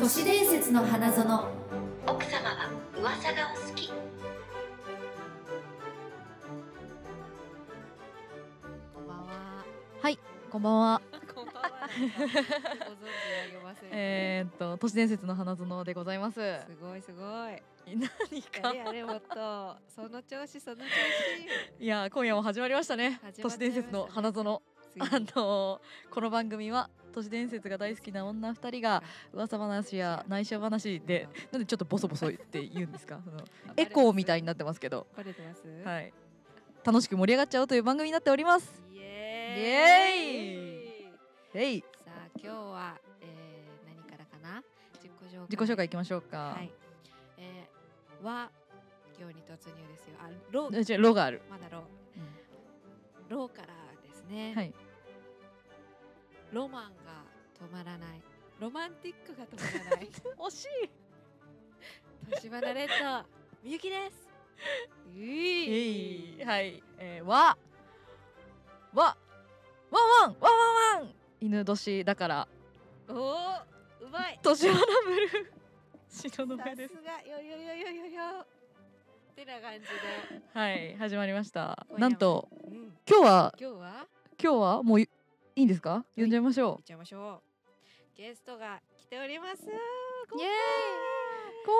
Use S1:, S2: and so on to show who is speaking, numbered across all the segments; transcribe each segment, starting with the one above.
S1: 都市伝説の花園
S2: 奥様は噂がお好き
S3: こんばんは。
S4: はい、こんばんは。
S3: こんばんは。ご存知あげません。
S4: えー、っと、都市伝説の花園でございます。
S3: すごいすごい。
S4: 何
S3: あ
S4: か
S3: れ。あれもっとその調子その調子。
S4: いや、今夜も始まりましたね。
S3: 始ま
S4: 都
S3: っちゃい
S4: 市
S3: ましたね
S4: 伝説の花園。
S3: つい
S4: あ
S3: に
S4: のこの番組は都市伝説が大好きな女二人が噂話や内緒話で、なんでちょっとボソボソ言って言うんですか。 そのエコーみたいになってますけど、
S3: バレてます。い。
S4: はい。楽しく盛り上がっちゃうという番組になっております。
S3: イエーイ。
S4: えい、
S3: さあ今日は、えー、何からかな。自己紹介。
S4: 自己紹介いきましょうか。
S3: はい。えー、は今日に突入ですよ。あロ
S4: じゃあロがある。
S3: まだロロからですね。
S4: はい。
S3: ロマンが止まらない。ロマンティックが止まらない。
S4: 惜し
S3: 年離れたみゆきです。う
S4: い。え
S3: い
S4: い、はい、えー、わ。わ。ワンワン、ワンワンワン。犬年だから。
S3: おお、うまい。
S4: 年花ブルー。白の
S3: さ
S4: 目です
S3: す。が、よよよよよよ。ってな感じ
S4: はい、始まりました。
S3: 今夜も
S4: なんと、
S3: で。うん、
S4: 今日は、
S3: 今日は。
S4: 今日はもういいいんですか。呼んじゃいましょ
S3: 行っちゃいましょう。ゲストが来ております。
S4: う。
S3: こん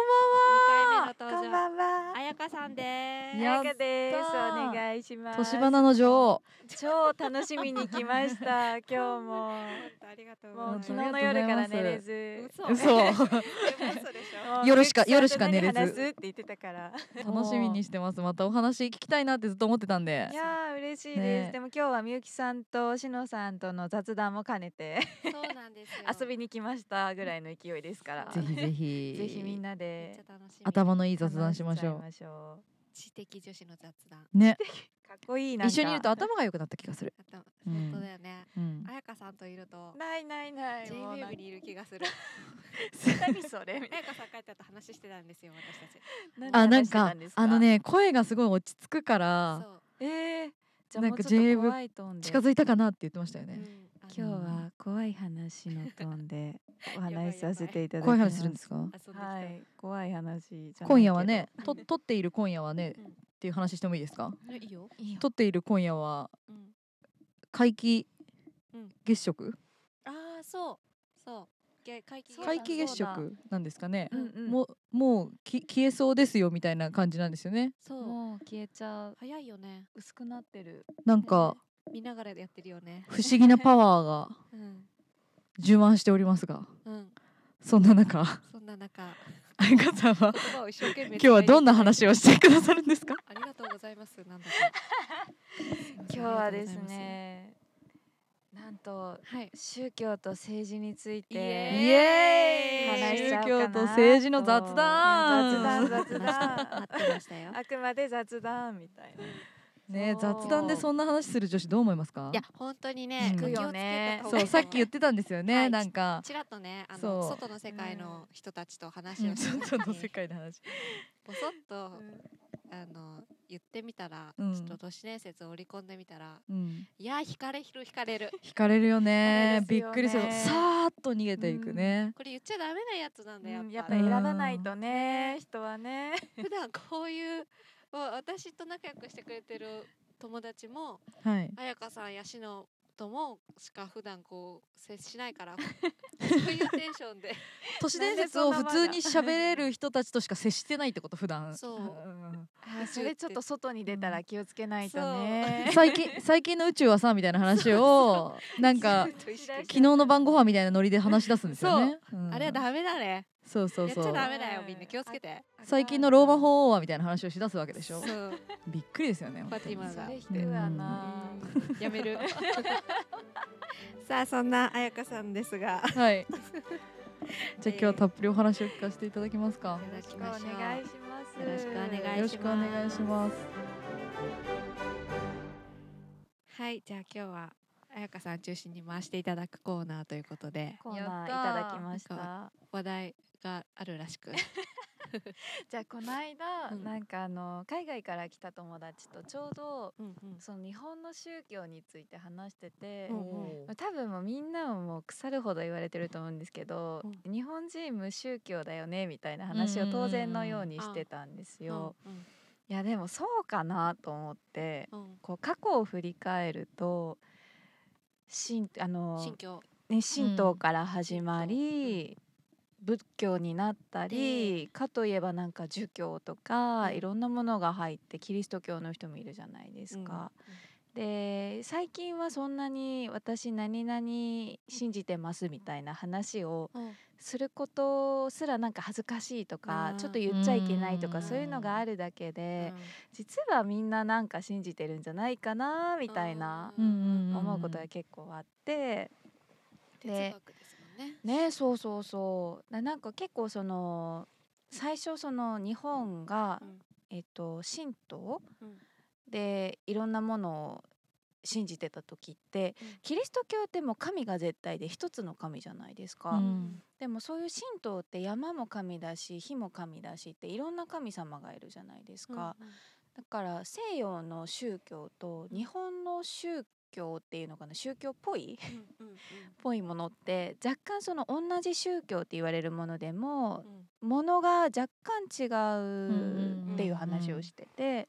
S3: ばん
S4: イエ
S3: は
S4: ーイ。こんばんは。
S3: 二回目の登場。
S5: んは
S3: あやかさんで
S4: い
S3: す。
S4: や
S5: やかです。お
S4: やった
S5: 願いします。
S4: 年花の女王。
S5: 超楽しみに来 ました。今日
S3: 本
S5: も。
S3: 当ありがとうござい
S5: もう
S3: ます。
S5: 昨日の夜から寝れず。
S3: 嘘。
S4: 嘘。
S3: 嘘でしょ。
S5: も う
S4: 夜しか
S5: ミキサー
S4: 夜しか寝れず
S5: と何話すって言ってたから。
S4: 楽しみにしてます。またお話聞きたいなってずっと思ってたんで
S5: い。やー嬉しい
S4: ね
S5: です。でも今日はみゆきさんとしのさんとの雑談も兼ねて
S3: そうなんですよ。
S5: 遊びに来ましたぐらいの勢いですから。
S4: ぜひぜひ。
S5: ぜひみん
S4: な。
S5: な
S3: めっち
S5: で
S3: ゃ楽しみ。
S4: 頭のいい雑談しまし
S5: 話
S4: ょ
S5: しちゃいましょ
S3: う。知的女子の雑談。
S4: う。ね。
S5: う。かっこいいなんか。
S4: 一緒にいると頭が良くなった気がする。
S3: あと
S4: うん
S3: 本当だよね。
S4: うん。
S3: あやかさんといると。
S5: ないないない。もう
S3: JWAVE
S5: なんか
S3: にいる気が する。あや
S5: 何それみたい
S3: かさん帰ったと話してたんですよ、私たち。
S5: な。
S4: あ、な
S5: 何
S4: ん
S5: 話してた
S4: か
S5: です、
S4: あの。ね、声がすごい落ち着くから、
S3: そ
S5: えー、じゃあ
S4: なん
S5: もう
S4: か
S5: ちょっ
S4: JW
S5: と怖いトーンで
S4: 近づいたかなって言ってましたよ
S3: う。う
S4: ね。
S3: んあの
S5: 今日は怖い話のトーンでお話しさせていただき
S4: 怖
S5: ま
S4: い
S5: す。
S4: 話するんですか
S3: 遊んできた
S5: はい、怖い話じゃないけど
S4: 今夜はね、と撮っている今夜はね、
S3: うん
S4: っていう話してもいいですか
S3: いいよ。
S4: 撮っている今夜は、
S3: うん
S4: 皆既
S3: うん
S4: 月食
S3: ああ、そう。そう。げ皆既
S5: そうだ
S4: 皆既月食なんですかね
S5: う。んうん、も
S4: もうもうき消えそうですよみたいな感じなんですよね。
S3: そうう。
S5: もう消えちゃう
S3: 早いよね。
S5: 薄くなってる。
S4: なんか
S3: 見ながらやってるよね。
S4: 不思議なパワーが
S3: うん。
S4: 充満しておりますが、
S3: うん。
S4: そんな 中、
S3: そんな中、
S4: あやかさんは
S3: 言葉を一生懸命。
S4: 今日はどんな。話をしてくださるんですか？
S3: ありがとうございます。なんだか。
S5: 今日はですね、なんと
S3: はい。
S5: 宗教と政治につ
S3: イ
S5: い
S4: イ
S3: エー
S5: て
S4: エーイ。
S5: 話しちゃおう
S4: 宗
S5: かな
S4: 教と政治の雑
S5: 雑
S4: 談
S5: 談。雑談
S3: 待ってましたよ。
S5: あくまで雑談みたいな。
S4: ね
S5: そう
S4: 雑談でそんな話する女子どう思いますか
S3: いや、本当にね、
S4: うん
S3: 気をつけた方がいいと
S4: そ
S3: 思
S4: うさっき言ってたんですよね、
S3: はい
S4: なんか
S3: ちらっとね、あ
S4: そ
S3: の
S4: う
S3: 外の世界の人たちと話
S4: ちょ
S3: をし
S4: ったと
S3: 時
S4: の
S3: に
S4: 世界の話
S3: ぼそっとあの言ってみたら、
S4: うん
S3: ちょっと都市伝説を織り込んでみたら、
S4: うん
S3: いや惹かれる惹かれる。
S4: 惹かれるよね
S5: 惹かれるっすよね
S4: びっくりするさーっと逃げていくね、
S3: これ言っちゃダメなやつなんだ
S5: う
S3: よ
S5: ん、や
S3: やっ
S5: っ
S3: ぱ
S5: ぱ
S3: り。
S5: 選ばないとね、人はね。
S3: 普段こういうお私と仲良くしてくれてる友達も、
S4: はい
S3: 彩香さんやしのともしか普段こう接しな いから、そういうテンションで。
S4: 都市伝説を普通に喋れる人たちとしか接してないってこと普段
S3: そうん
S5: あそれちょっと外に出たら気をつけないとね。
S4: 最近最近の宇宙はさみたいな話をなん か
S3: ずっと意識
S5: 昨
S3: し
S4: 昨
S3: て
S4: 日の晩ご飯みたいなノリで話し出すんですよねうん
S3: あれはダメだね。
S4: そうそう
S3: やっち
S4: そ
S3: ゃ
S4: う
S3: ダメだよみんな気をつけて。
S4: 最近のローマ法王はみたいな話をしだすわけでし
S3: そ
S4: ょ
S3: う。
S4: びっくりですよね
S3: ファティマが
S5: それ。引くわな。
S3: やめる。 さあそんな彩香さんですが。
S4: はい。じゃあ今日はたっぷりお話を聞かせていただきますか。
S3: よろしく
S5: お
S3: お願いし
S5: 願い
S3: ま
S5: します。
S3: よろしくお願いします
S4: よろしくお願いします。
S3: す。はいじゃあ今日は彩香さん中心に回していただくコーナーということで
S5: コーナーいただきまし
S3: やった
S5: た。
S3: 話題があるらしく。
S5: じゃあこの間、
S3: うん
S5: なんかあの海外から来た友達とちょうど
S3: うんうん
S5: その日本の宗教について話してて、
S3: うん
S5: まあ多分もうみんなももう腐るほど言われてると思うんですけど、
S3: う
S5: 日本人無宗教だよねみたいな話を当然のようにしてたんですよ。
S3: うん
S5: いやでもそうかなと思って
S3: うんうん
S5: こう過去を振り返ると神あの
S3: 信教
S5: ね、神道から始まり、仏教になったりかといえばなんか儒教とか、
S3: うん
S5: いろんなものが入ってキリスト教の人もいるじゃないですか。で最近はそんなに私何々信じてますみたいな話を
S3: うんうん
S5: することすらなんか恥ずかしいとか
S3: うん
S5: ちょっと言っちゃいけないと
S4: う
S5: か
S4: ん
S5: そういうのがあるだけ
S3: うん
S5: で実はみんななんか信じてるんじゃないかなみたいな
S3: うんうんうん
S5: 思うことが結構あって。
S3: 哲学ですもんね
S5: ねそうそうそうななんか結構その最初その日本が、
S3: うん
S5: えっと神道、
S3: うん
S5: でいろんなものを信じてた時って、
S3: うん
S5: キリスト教ってもう神が絶対で一つの神じゃないですか、
S4: うん
S5: でもそういう神道って山も神だし火も神だしっていろんな神様がいるじゃないですか、
S3: うんうん
S5: だから西洋の宗教と日本の宗教っていうのかな宗教っぽい
S3: うんうん
S5: っぽいものって若干その同じ宗教って言われるものでも
S3: うんうん
S5: ものが若干違
S4: ん
S5: うっていう話をしてて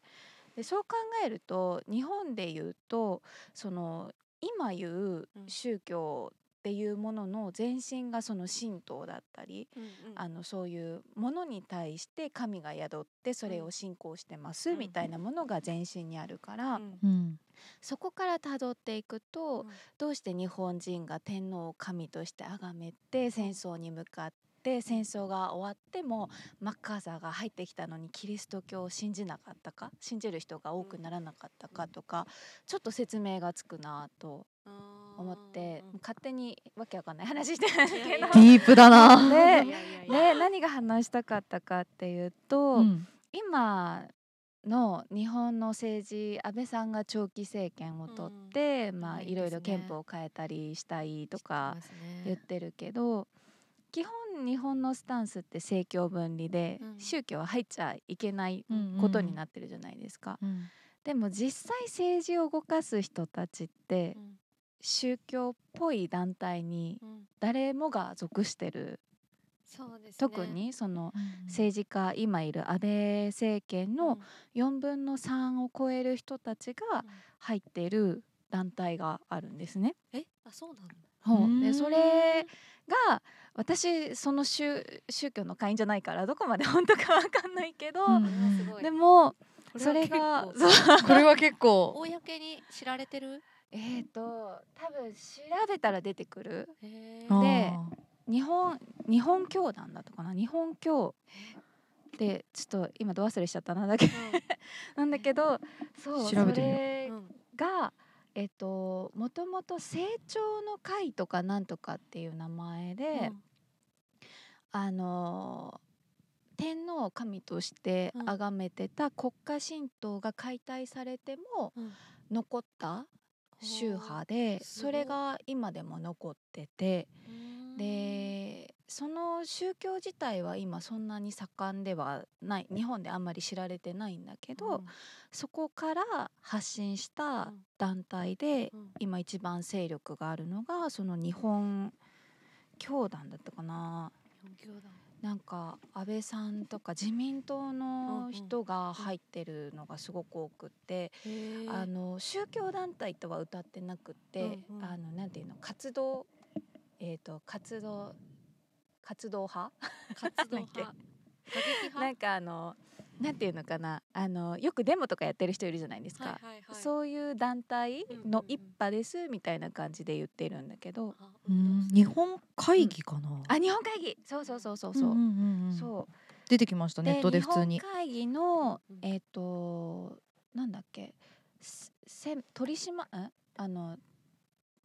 S5: でそう考えると日本で言うとその今言う宗教っていうものの前身がその神道だったり
S3: うんうん
S5: あのそういうものに対して神が宿ってそれを信仰してますみたいなものが前身にあるから
S3: うん
S4: うん
S5: そこから辿っていくと
S3: うん
S5: どうして日本人が天皇を神として崇めて戦争に向かって戦争が終わってもマッカーサーが入ってきたのにキリスト教を信じなかったか信じる人が多くならなかったかとかちょっと説明がつくなぁと思って
S3: うん
S5: 勝手にわけわかんない話してる け
S3: いやいや
S5: ど
S4: ディープだな。
S5: ね
S3: いやいやいや
S5: ね何が話したかったかっていうと
S4: ん
S5: 今の日本の政治安倍さんが長期政権を取って、まあ
S3: はい
S5: いろいろ
S3: ですね
S5: 憲法を変えたりしたいと
S3: あ
S5: か
S3: りますね
S5: 言ってるけど、基本日本のスタンスって政教分離で、
S3: うん
S5: 宗教は入っちゃいけない
S4: うん
S5: ことになってるじゃないですか、
S4: うん
S5: でも実際政治を動かす人たちって、
S3: うん
S5: 宗教っぽい団体に
S3: うん
S5: 誰もが属してる、
S3: そうですね
S5: 特にその
S4: うん
S5: 政治家今いる安倍政権の、4分の3を超える人たち
S3: うん
S5: が入っている団体があるんですね。
S3: えあそうなの
S5: ほう
S4: う
S5: で
S4: ん
S5: それが私その宗宗教の会員じゃないからどこまで本当かわかんないけど、
S4: うん
S3: これはすごい
S5: でも
S3: こ
S5: それが
S3: は結
S5: そう
S4: これは結
S3: 構
S4: 構。
S3: 公に知られてる
S5: えっ、と多分調べたら出てくる
S3: へえ
S5: で日本日本教団だとかな日本教でちょっと今ど忘れしちゃったなだけなんだけどそう
S4: 調べてみよう
S5: それが、えっと、もともと成長の会とかなんとかっていう名前で、あのー天皇を神として
S3: うん
S5: 崇めてた国家神道が解体されても残った宗派で、
S3: すご
S5: そ
S3: い
S5: れが今でも残ってて、でその宗教自体は今そんなに盛んではない日本であんまり知られてないんだけど、そこから発信した団体で、今一番勢力があるのがその日本教団だったかななんか安倍さんとか自民党の人が入ってるのがすごく多くって、あの宗教団体とは歌ってなくて、
S3: うんうん
S5: あのなんていうの活動えっ、と活動活動派
S3: 活動派
S5: なんだ
S3: 過
S5: っ
S3: 激派
S5: なんかあのなんていうのかなあのよくデモとかやってる人いるじゃないですか、
S3: はいはいはい
S5: そういう団体
S3: う
S5: の
S3: んうんうん
S5: 一派ですみたいな感じで言ってるんだけど、
S3: あ
S4: うん日本会議かな。
S5: あ日本会議そうそうそうそうそ
S4: ん
S5: う、
S4: んんん
S5: そう
S4: 出てきましたネットで普通に
S5: 日。本会議の
S3: うん
S5: えっ、となんだっけせせ取り締まんあの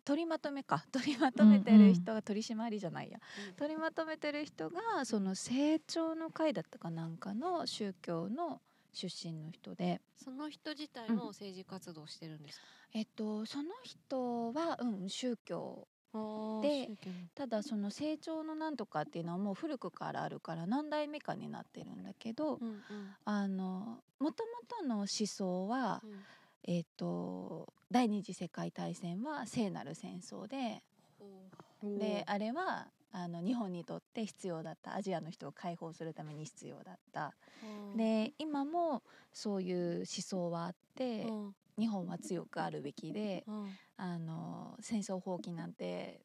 S5: 取りまとめか 取りまとめてる人が、取り締まりじゃないや
S3: うん
S5: 取りまとめてる人がその成長の会だったかなんかの宗教の出身の人で。
S3: その人自体も政治活動してるんですか
S5: えっと、その人は、うん、宗教
S3: うん
S5: で
S3: 宗教の
S5: ただその成長のなんとかっていうのはもう古くからあるから何代目かになってるんだけど、
S3: うんうん
S5: あのもともとの思想は、
S3: うん
S5: えっと第二次世界大戦は聖なる戦争で
S3: ほう
S5: であれはあの日本にとって必要だったアジアの人を解放するために必要だった、
S3: ほう
S5: で今もそういう思想はあって、
S3: うん
S5: 日本は強くあるべきで、
S3: うん
S5: あの戦争放棄なんて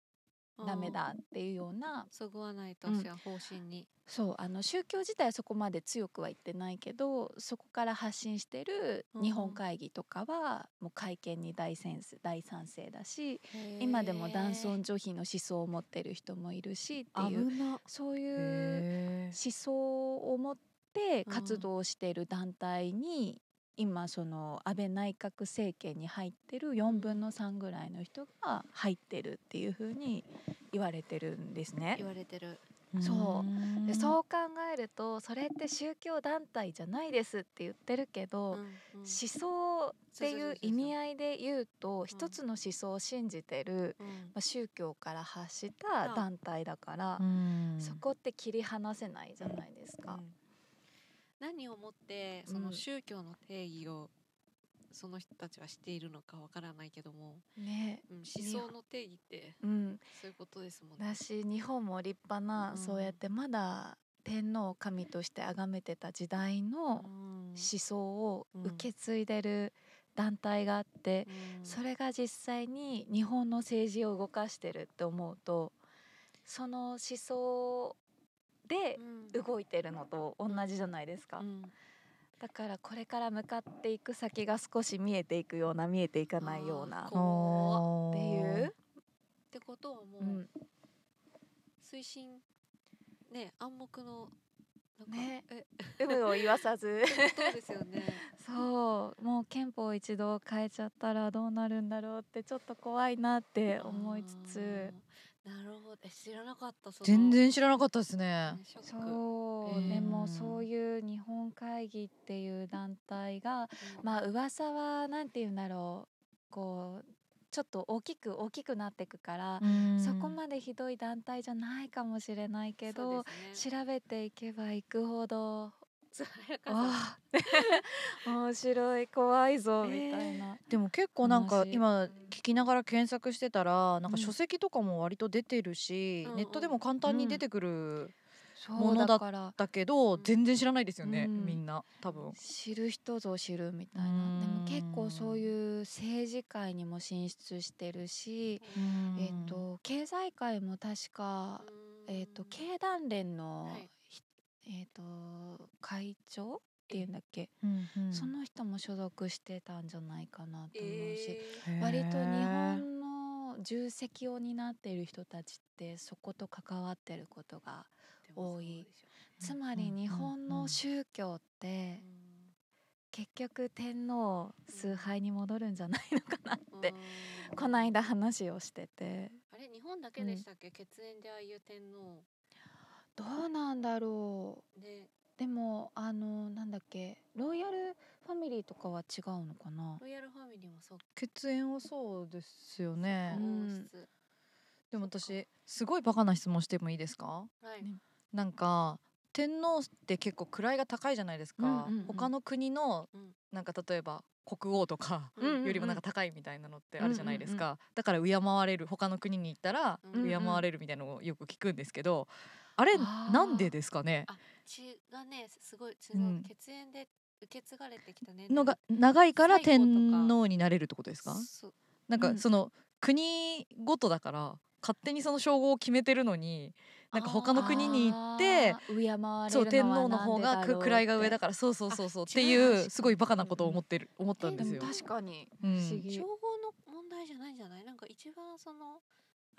S5: ダメだっていうような、
S3: そぐわないと
S5: うん
S3: 私は方針に、
S5: そうあの宗教自体はそこまで強くは言ってないけどそこから発信してる日本会議とかはもう会見に大センス大賛成だし今でも男尊女卑の思想を持ってる人もいるしっていう
S3: 危な
S5: そういう
S4: へ
S5: 思想を持って活動してる団体に今その安倍内閣政権に入ってる4分の3ぐらいの人が入ってるっていうふうに言われてるんですね
S3: 言。われてる
S4: ー
S5: そうで
S4: ん
S5: そう考えるとそれって宗教団体じゃないですって言ってるけど、
S3: うんうん
S5: 思想って
S3: そうそうそうそ
S5: いうう意味合いで言うと一つの思想を信じてる、
S3: うん
S5: まあ、宗教から発した団体だから
S4: う、ん
S5: そこって切り離せないじゃないですか。
S3: うん何をもってその
S5: うん
S3: 宗教の定義をその人たちはしているのかわからないけども、
S5: ね
S3: うん、思想の定義って
S5: うん、
S3: そういうことですもんね。
S5: だし日本も立派な、
S3: うん
S5: そうやってまだ天皇を神として崇めてた時代の
S3: う
S5: 思
S3: ん
S5: 想を受け継いでる団体があって、
S3: うん
S5: それが実際に日本の政治を動かしてるって思うとその思想で
S3: うん
S5: 動いてるのと同じじゃないですか、
S3: うん
S5: だからこれから向かっていく先が少し見えていくような見えていかないよう
S3: あ
S5: な
S3: ー
S5: っ
S3: こ怖
S5: ていう、
S3: ってことはも
S5: う、
S3: うん推進ね暗黙のなんか
S5: ね
S3: え
S5: 有無を言わさず
S3: そうですよね。
S5: そうもう憲法一度変えちゃったらどうなるんだろうってちょっと怖いなって思いつつ
S3: あーなるほどえ知らなかったその
S4: 全然知らなかったですね
S3: ね。ショック
S5: そう、
S3: うん
S5: でもそういう日本会議っていう団体が
S3: うん
S5: まあ噂はなんて言うんだろうこうちょっと大きく大きくなっていくから、そこまでひどい団体じゃないかもしれないけ
S3: そ
S5: ど、
S3: うですね
S5: 調べていけばいくほど
S3: つらやかさ
S5: ああ 面白い怖いぞみたいな、
S4: でも結構なんか
S5: 同じ
S4: 今聞きながら検索してたらなんか
S5: うん
S4: 書籍とかも割と出てるし、
S3: うんうん
S4: ネットでも簡単に出てくる
S5: そう
S4: 物
S5: だ
S4: だ
S5: から
S4: だけど、
S3: うん
S4: 全然知らないですよね、
S5: うん
S4: みんな多分。
S5: 知る人ぞ知るみたいな
S4: うーん
S5: でも結構そういう政治界にも進出してるし、えっと経済界も確か、えっと経団連の、
S3: はい
S5: ひえっと会長っていうんだっけ、
S4: うんうん、
S5: その人も所属してたんじゃないかなと思うし、
S4: へー
S5: 割と日本の重責を担っている人たちってそこと関わってることが、多いつまり日本の宗教って、結局天皇崇拝に戻るんじゃないのかなって、こない
S3: だ
S5: だ話をしてて
S3: あれ日本だけでしたっけ、血縁でああいう天皇
S5: どうなんだろ
S3: ね
S5: うでもあのなんだっけロイヤルファミリーとかは違うのかな
S3: ロイヤルファミリーもそう
S4: 血縁はそうですよ
S3: か、
S4: ね
S5: うん。
S3: 王室
S4: でも私すごいバカな質問してもいいですか？
S3: はい、
S5: ね
S4: なんか天皇って結構位が高いじゃないですか、
S5: うんうんうん
S4: 他の国の
S3: うん
S4: なんか例えば国王とか
S5: うんうんうん
S4: よりもなんか高いみたいなのってあるじゃないですか、
S5: う
S4: だから敬われる他の国に行ったら
S3: うんうん
S4: 敬われるみたいなのをよく聞くんですけど、あれ
S5: あー
S4: なんでですかね
S3: あ血がねすごいす
S4: う
S3: ごい
S4: ん
S3: 血縁で受け継がれてきたね
S4: のが長いから
S3: 最後とか
S4: 天皇になれるってことですか
S3: そう
S4: なん
S5: う
S4: か
S5: ん
S4: その国ごとだから勝手にその称号を決めてるのになんか他の国に行って
S5: あー敬われる
S4: そう天
S5: の
S4: 皇
S5: は
S4: の方がく位が上だ
S5: か
S4: からそうそうそうそう
S3: あ
S4: って
S3: 違う
S4: い
S3: 話
S4: うすごいバカなことを思ってる思った
S5: ら
S4: んですよ。
S5: 確かに
S4: う
S5: 不
S4: ん
S5: 思議、
S3: 称号の問題じゃないんじゃないなんか一番その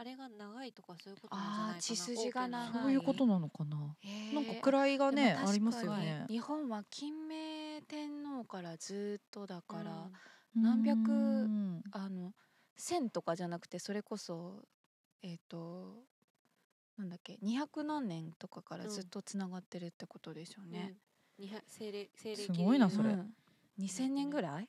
S3: あれが長いとかそういうことなんじゃないかな
S5: あー血筋が長
S4: そういうことなのかな。
S5: へー
S4: なんか位がね
S5: でも確か
S4: ありますよね
S5: に。日本は金明天皇からずっとだ
S3: 多
S5: か
S3: く
S5: ら、
S3: な
S5: 何百
S4: うん
S5: あの1000とかじゃなくてそれこそえっ、となんだっけ200何年とかからずっとつながってるってことですよ
S3: んじゃない
S5: ね。
S3: うんには西暦西暦
S4: すごいなそれ
S5: うん2000年ぐ らい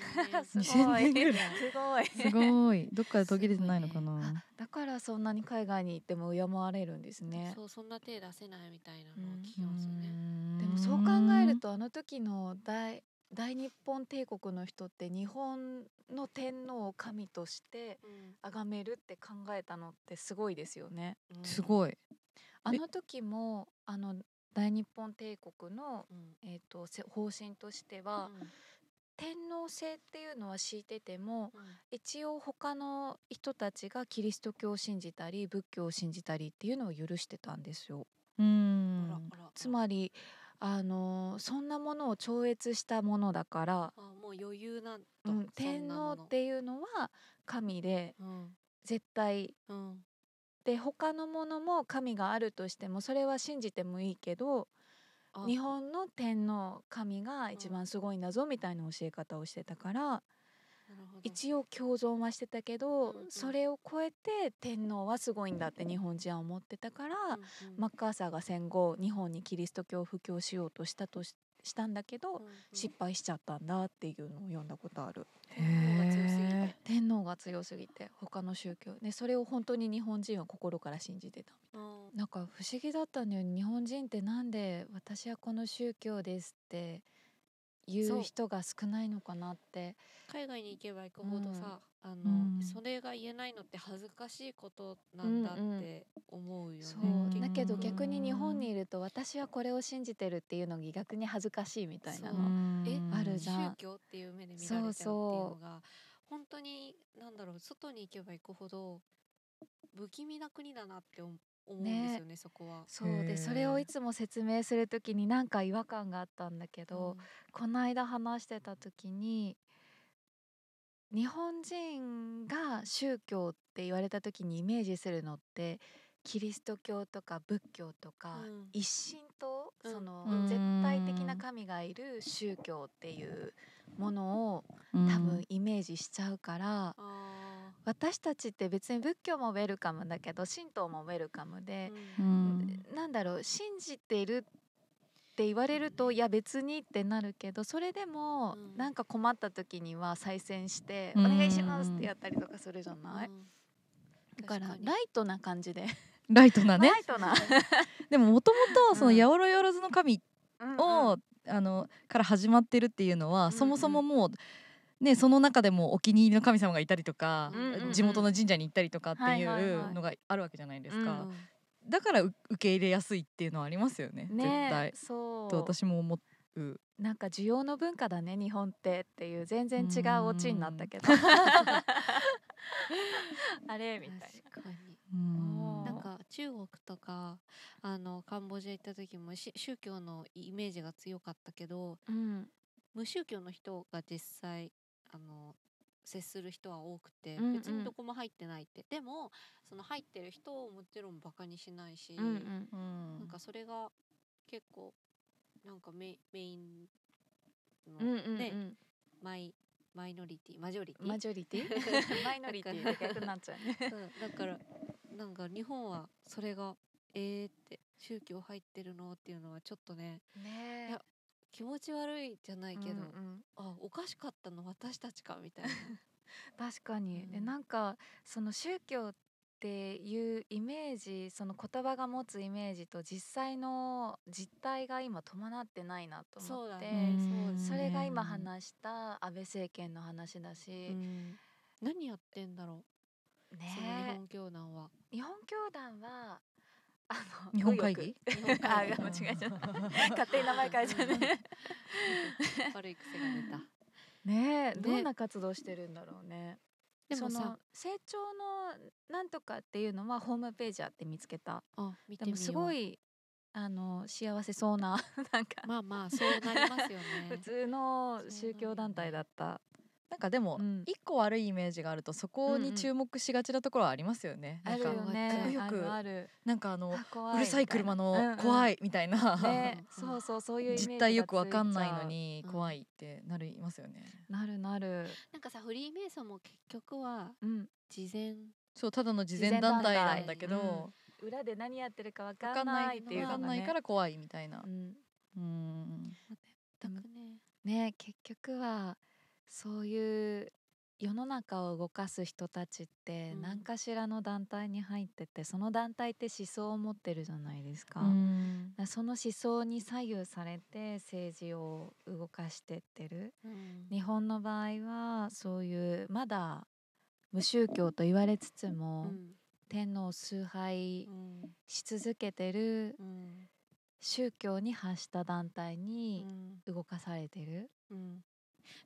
S4: 2000年
S3: 2000
S4: ぐらい
S5: ごい
S4: す ごいどっかで途切れてないのか
S5: すごい
S4: な
S5: ね。だからそんなに海外に行っても敬われるんです
S3: 年
S5: ね
S3: そうそんな手出せないみたいな
S5: う
S3: のを
S5: ん
S3: 聞きますよね。
S5: でもそう考えるとあの時の大大日本帝国の人って日本の天皇を神として崇めるって考えたのってすごいですよね。
S3: うん
S4: すごい。
S5: あの時もあの大日本帝国の、
S3: うん
S5: えー、とせ方針としては、
S3: うん
S5: 天皇制っていうのは敷いてても
S3: うん
S5: 一応他の人たちがキリスト教を信じたり仏教を信じたりっていうのを許してたんですよ。
S4: う
S3: あら
S4: ん。
S3: あら
S5: つまりあのそんなものを超越したものだから、
S3: あもう余裕なんだ
S5: うん
S3: そん
S5: 天
S3: な
S5: 皇
S3: もの
S5: っていうのは神で
S3: うん
S5: 絶対
S3: うん
S5: で他のものも神があるとしてもそれは信じてもいいけど
S3: あ
S5: 日本の天皇神が一
S3: う
S5: 番すごいんだぞみたいな教え方をしてたから
S3: なるほど
S5: 一応共存はしてたけど
S3: うんうん
S5: それを超えて天皇はすごいんだって日本人は思ってたから
S3: うんうん
S5: マッカーサーが戦後日本にキリスト教を布教しようとしたとししたんだけど
S3: うんうん
S5: 失敗しちゃったんだっていうのを読んだことある
S3: 天皇が強すぎて
S4: へ
S5: 天皇が強すぎて他の宗教でそれを本当に日本人は心から信じてた
S3: うん
S5: なんか不思議だったのよ日本人ってなんで私はこの宗教ですって言
S3: そう
S5: う人が少ないのかなって
S3: 海外に行けば行くほどさ、あの、
S4: うん
S3: それが言えないのって恥ずかしいことなんだ
S5: うんう
S3: っ
S5: ん
S3: て思うよね。
S5: そ
S3: 結
S5: う
S3: 局
S5: だけど
S4: うん
S5: 逆に日本にいると私はこれを信じてるっていうのが逆に恥ずかしいみたいな
S3: そう
S5: の。
S3: え
S4: うん
S5: あるじゃん
S3: 宗教っていう目で見られちゃうっていう
S5: そ
S3: のが本当になんだろう外に行けば行くほど不気味な国だなって思思うんですよねそこは。
S5: そうでそれをいつも説明する時になんか違和感があったんだけど、この間話してた時に日本人が宗教って言われた時にイメージするのってキリスト教とか仏教とか、
S3: うん
S5: 一神と、
S3: うん
S5: その
S4: うん
S5: 絶対的な神がいる宗教っていうものを
S4: うん
S5: 多分イメージしちゃうから、
S3: あ
S5: 私たちって別に仏教もウェルカムだけど神道もウェルカム
S3: ー
S5: で、
S4: う
S3: うん
S4: ん
S5: なんだろう信じてるって言われるといや別にってなるけどそれでも
S3: うん
S5: なんか困った時には再選して「
S4: う
S5: お
S4: ん
S5: 願いします」ってやったりとかするじゃな
S3: う
S5: い
S3: ん
S5: だから
S3: 確かに
S5: ライトな感じで
S4: ライトなね
S5: ライトな
S4: でももともとその
S5: うん
S4: 八百万の神
S5: うん
S4: を、あのから始まってるっていうのは、
S5: んうん
S4: そもそももうねその中でもお気に入りの神様がいたりとか、
S5: うんうんうん
S4: 地元の神社に行ったりとかって
S5: はい
S4: い
S5: はいはいう
S4: のがあるわけじゃないですか、
S5: うん
S4: だからう受け入れやすいっていうのはありますよね絶
S5: ね
S4: 対
S5: えそ
S4: と
S5: う
S4: 私も思う。
S5: なんか需要の文化だね日本ってっていう全然違うオチになったけどあれみたい
S3: 確かに
S4: うん
S3: なんか中国とかあのカンボジア行った時もし宗教のイメージが強かったけど
S5: な、うん
S3: 無宗教の人が実際あの接する人は多くて、
S5: うんうん
S3: 別にどこも入ってないってでもその入ってる人をもちろんバカにしないし、
S5: うんうん
S4: うん
S3: なんかそれが結構なんかメイメインの、
S5: うんうんう
S3: ね
S5: ん
S3: マイマイノリティマジョリティ
S5: マジョリティ マイノリティで逆になっちゃう ね
S3: そうだからなんか日本はそれがえーって宗教入ってるのっていうのはちょっとね
S5: ね
S3: え気持ち悪いじゃないけど、
S5: うんうん
S3: あおかしかったの私たちかみたいな。
S5: 確かに、で
S3: うん
S5: なんかその宗教っていうイメージその言葉が持つイメージと実際の実態が今伴ってないなと
S3: そ
S5: 思
S3: う
S5: っ
S3: だ
S5: て
S3: ねそう
S5: それが今
S4: し
S5: 話した安倍政権の話だし、
S3: 何やってんだろう、その日
S5: ね
S3: 本教団 は。
S5: え日本教団はあの
S4: 日本会議
S3: 日本教
S5: あ
S3: 団
S5: 間違えちゃった 勝手に名前変えちゃうね
S3: 悪い癖が出た。
S5: ねえど
S3: ね
S5: んな活動してるんだろうね
S3: でも
S5: その
S3: さ、
S5: 成長のなんとかっていうのはホームページあって見つけた
S3: あ見
S5: で
S3: てみよ
S5: も
S3: う。
S5: すごいあの幸せそうな なんか、
S3: まあまあそうなりますよ
S5: 普
S3: ね。、
S5: 通の宗教団体だった。
S4: なんかでも、
S5: うん
S4: 一個悪いイメージがあるとそこに注目しがちなところはありますよね。
S5: ある
S4: なん
S5: よ
S4: か
S5: ね。
S4: かっこよく
S5: あるある。
S4: なんかあの
S5: あ怖
S4: うるさい車の怖。いみたいな、
S5: みたいなうん うんねそうそうそういうイメージが
S4: 実態よくわかんないの
S5: つい
S4: に
S3: うん
S4: 怖いってなりますよね。
S5: ちゃう。なるなる。
S3: なんかさフリーメイソンも結局は
S5: うん。
S3: 事前
S4: そうただの慈善団体なんだけ
S5: 慈善団
S4: ど、
S5: 裏で何やってるかわ
S4: わ
S5: か
S4: か
S5: ん
S4: ん
S5: な
S4: ないい
S5: っ
S4: ってて
S5: い
S4: いうう
S5: の
S4: わ
S5: が
S4: か
S5: ね
S4: んないから怖いみたいな
S5: う。ん。
S4: うん
S3: 全くね。
S5: ね結局はそういう世の中を動かす人たちって
S3: うん
S5: 何かしらの団体に入ってて、その団体って思想を持ってるじゃないですか。
S4: うん
S5: だからその思想に左右されて政治を動かしてってる
S3: うん
S5: 日本の場合はそういうまだ無宗教と言われつつも、天皇崇拝
S3: うん
S5: し続けてる
S3: うん
S5: 宗教に発した団体
S3: う
S5: に
S3: ん
S5: 動かされてる、
S3: うん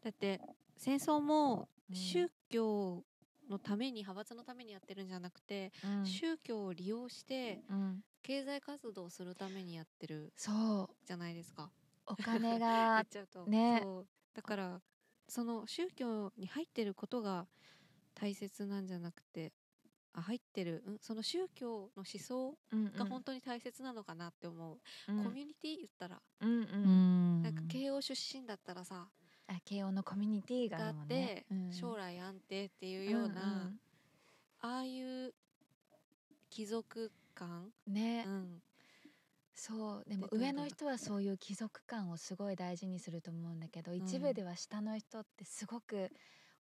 S3: だって戦争も
S5: うん
S3: 宗教のために派閥のためにやってるんじゃなくて、
S5: うん
S3: 宗教を利用して
S5: うん
S3: 経済活動をするためにやってる
S5: そう
S3: じゃないですか。
S5: お金
S3: 言
S5: が
S3: っちゃうと
S5: ね
S3: そうだからその宗教に入ってることが大切なんじゃなくてあ入ってる、うん、その宗教の思想
S5: うん
S3: が本当に大切なのかなって思う、
S5: うん
S3: コミュニティ言ったら、
S5: うんう
S4: うんん
S3: なんか慶応出身だったらさ
S5: あ慶応のコミュニティが
S3: だ
S5: あ
S3: っ
S5: も
S3: て
S5: ね、うん
S3: 将来安定っていうような、ああいう貴族感、
S5: うんうんね、
S3: うん、
S5: そうでも
S3: でどういう
S5: 上
S3: こと
S5: の人はそういう貴族感をすごい大事にすると思うんだけど、一部では下の人ってすごく